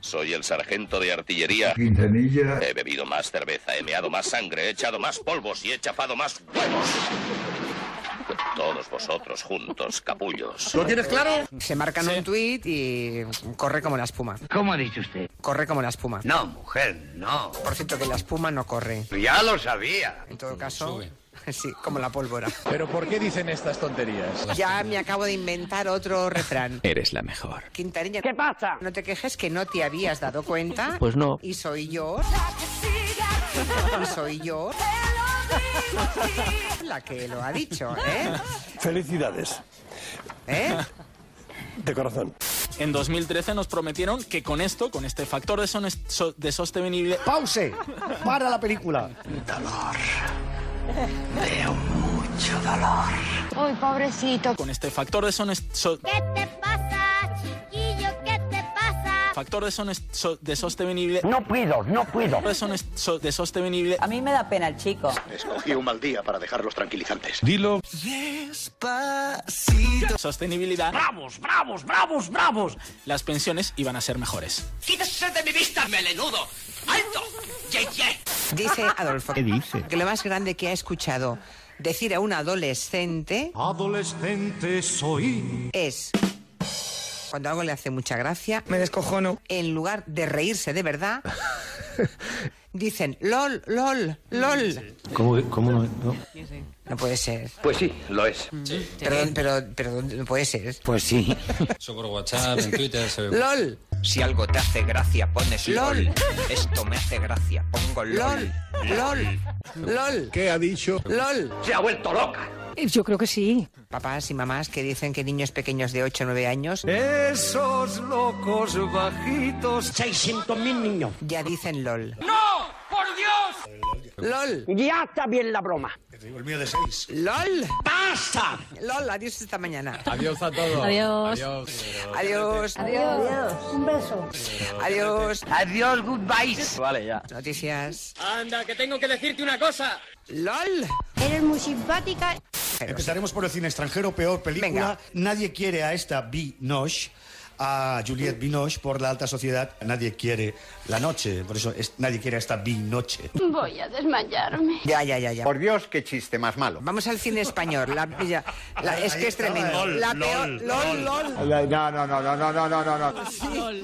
Soy el sargento de artillería. Quintanilla. He bebido más cerveza, he meado más sangre, he echado más polvos y he chafado más huevos. Todos vosotros juntos, capullos. ¿Lo tienes claro? Se marcan un tuit y corre como la espuma. ¿Cómo ha dicho usted? Corre como la espuma. No, mujer, no. Por cierto, que la espuma no corre. Ya lo sabía. En todo caso, sí, como la pólvora. ¿Pero por qué dicen estas tonterías? Ya me acabo de inventar otro refrán. Pues Eres la mejor. Quintanilla, ¿qué pasa? No te quejes que no te habías dado cuenta. Pues no. Y soy yo, y Te soy yo lo digo a ti. la que lo ha dicho, ¿eh? Felicidades, ¿Eh? de corazón. En 2013 nos prometieron que con esto, con este factor de, son- so- de sostenibilidad, ¡Pause! ¡Para la película! Uy, pobrecito. con este factor de son so- ¿Qué te pasa, chiquillo? ¿Qué te pasa? factor de, son so- de sostenibilidad, No puedo, no puedo. de, son so- de sostenibilidad. A mí me da pena el chico. Escogí un mal día para dejarlos tranquilizantes. Dilo. sostenibilidad. ¡Bravos, bravos, bravos, bravos! Las pensiones iban a ser mejores. Quítese de mi vista, melenudo. ¡Alto! ¡Ye, ye! Dice Adolfo ¿Qué dice? que lo más grande que ha escuchado decir a un adolescente Adolescente soy. es cuando algo le hace mucha gracia, Me descojono. en lugar de reírse de verdad, dicen lol, lol, lol. ¿Cómo, no? No puede ser. Pues sí, lo es. Perdón, pero, perdón, no puede ser. Pues sí. Eso por WhatsApp, en Twitter, se ve. LOL. Si algo te hace gracia, pones LOL. Esto me hace gracia, pongo LOL, LOL, LOL, ¿Qué ha dicho? LOL. Se ha vuelto loca. Eh, Yo creo que sí. Papás y mamás que dicen que niños pequeños de 8 o 9 años Esos locos bajitos. 600.000 niños. ya dicen LOL. ¡No! ¡Por Dios! LOL, Ya está bien la broma. El mío de seis. LOL, ¡Basta! LOL. Adiós esta mañana. Adiós a todos. Adiós. Adiós. Adiós. Un beso. Adiós. Adiós, goodbye. Vale, ya. Noticias. Anda, que tengo que decirte una cosa. LOL. Eres muy simpática. Empezaremos por el cine extranjero, peor película. Venga. Nadie quiere a esta Binoche, a Juliette Binoche por la alta sociedad. Nadie quiere la noche, por eso es- nadie quiere a esta Binoche. Voy a desmayarme. Ya, ya, ya, ya. Por Dios, qué chiste más malo. Vamos al cine español. La, ya, la- es Ahí que es estaba, tremendo. eh. La LOL, peor. LOL, LOL. LOL. No, no, no, no, no, no, no, no.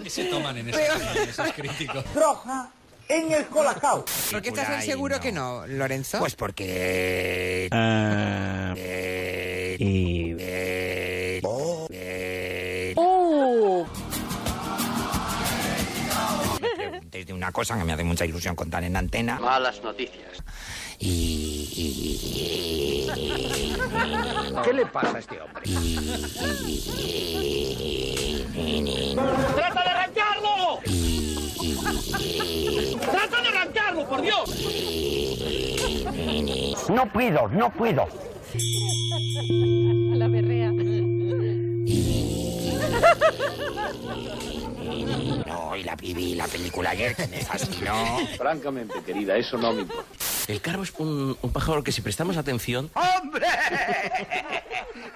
¿Qué se toman en esos, en esos críticos? ¿Por qué estás tan seguro que no, Lorenzo? Pues porque. Eh, eh, oh, eh. Uh. Me preguntéis de una cosa que me hace mucha ilusión contar en antena. Malas noticias. Y. ¿Qué le pasa a este hombre? ¡Trata de arrancarlo! ¡Trata de arrancarlo, por Dios! No puedo, no puedo. La berrea. No, y la vi la película ayer que me fascinó. Francamente, querida, eso no me importa. El carbo es un, un pájaro que si prestamos atención... ¡Hombre!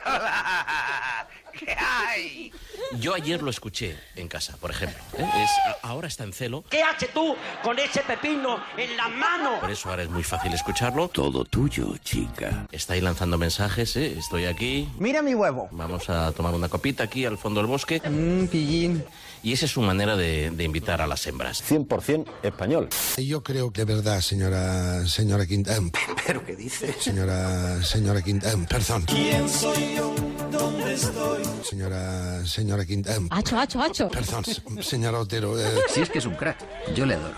¡Hola! ¿Qué hay? Yo ayer lo escuché en casa, por ejemplo. ¿eh? Es, a- ahora está en celo, ¿Qué haces tú con ese pepino en la mano? por eso ahora es muy fácil escucharlo. Todo tuyo, chica. Está ahí lanzando mensajes, ¿eh? estoy aquí, Mira mi huevo. vamos a tomar una copita aquí al fondo del bosque. Mm, Mmm, pillín. Y esa es su manera de, de invitar a las hembras. 100% español. Yo creo que de verdad, señora señora Quintana. ¿Pero qué dice? Señora señora Quintana, perdón. ¿Quién soy yo? ¿Dónde estoy? Señora señora Quintana. Acho, acho, acho. Perdón, señora Otero. eh. Si es que es un crack, yo le adoro.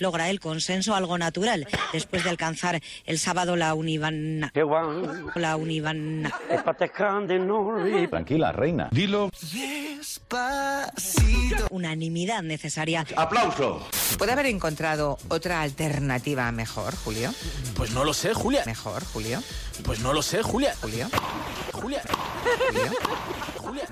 Logra el consenso algo natural después de alcanzar el sábado la univana. La univana. Tranquila, reina. Dilo. Unanimidad necesaria. Ah, ¡Aplauso! ¿Puede haber encontrado otra alternativa mejor, Julio? Pues no lo sé, Julia. Mejor, Julio. Pues no lo sé, Julia. Julio. Julia. Julio. Julia.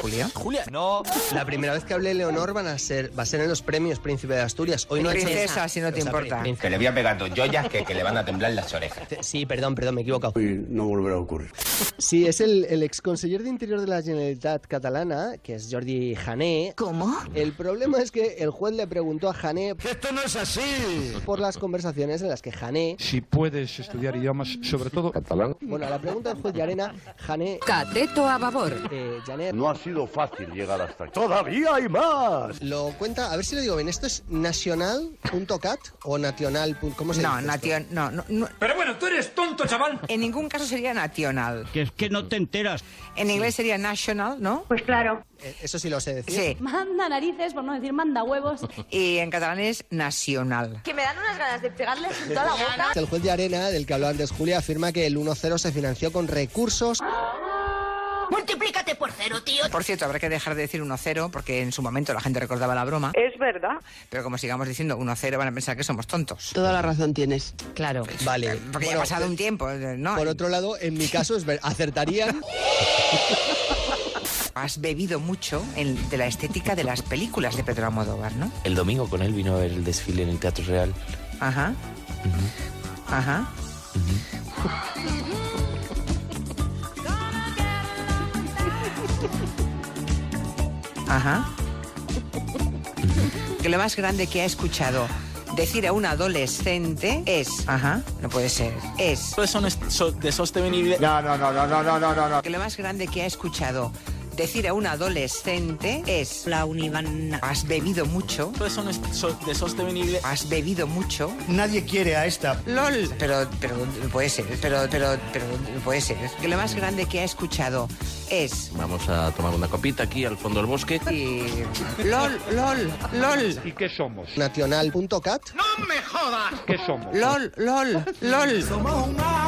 Julio? Julia. No. La primera vez que hable Leonor van a ser, va a ser en los premios Príncipe de Asturias. Hoy no ha hecho- Princesa, si no te O sea, importa. príncipe. Que le voy a pegar dos joyas que, que le van a temblar las orejas. Sí, perdón, perdón, me he equivocado. no volverá a ocurrir. Sí, es el, el ex conseller de Interior de la Generalitat Catalana, que es Jordi Jané. ¿Cómo? El problema es que el juez le preguntó a Jané... ¡Que esto no es así! Por las conversaciones en las que Jané... Si puedes estudiar idiomas, sobre todo catalán. Bueno, a la pregunta del juez de arena, Jané... Cateto a babor. Eh, Janet... No ha sido fácil llegar hasta aquí. Todavía hay más. Lo cuenta, a ver si lo digo bien, ¿esto es nacional.cat o nacional... punto- ¿Cómo se No, dice esto? nation- no, no, no. Pero bueno, tú eres tonto, chaval. En ningún caso sería national. Que es que no te enteras. En inglés sería national, ¿no? Pues claro. Eso sí lo sé decir. Sí. Manda narices, por no decir manda huevos. Y en catalán es nacional. Que me dan unas ganas de pegarles en toda la boca. El juez de arena, del que habló antes Julia, afirma que el 1-0 se financió con recursos... Multiplícate por cero, tío. Por cierto, habrá que dejar de decir 1-0 porque en su momento la gente recordaba la broma. Es verdad. Pero como sigamos diciendo 1-0 van a pensar que somos tontos. Pues, eh, Toda la razón tienes. Claro. Vale. Porque ya ha pasado un tiempo, eh, ¿no? Por otro lado, en mi caso es ver- acertarían. Has bebido mucho en- de la estética de las películas de Pedro Almodóvar, ¿no? El domingo con él vino a ver el desfile en el Teatro Real. Ajá. Ajá. Ajá. Que lo más grande que ha escuchado decir a un adolescente es. Ajá. No puede ser. Es. Pues son est- so- de sostenibilidad. No, no, no, no, no, no, no, Que lo más grande que ha escuchado decir a un adolescente es. La univana. Has bebido mucho. Pues son est- so- de sostenibilidad. Has bebido mucho. Nadie quiere a esta. LOL. Pero, pero no puede ser, pero, pero, pero no puede ser. Que lo más grande que ha escuchado es. eh, Vamos a tomar una copita aquí al fondo del bosque. LOL, LOL, LOL. ¿Y qué somos? Nacional.cat. ¡No me jodas! ¿Qué somos? LOL, LOL, LOL. Somos una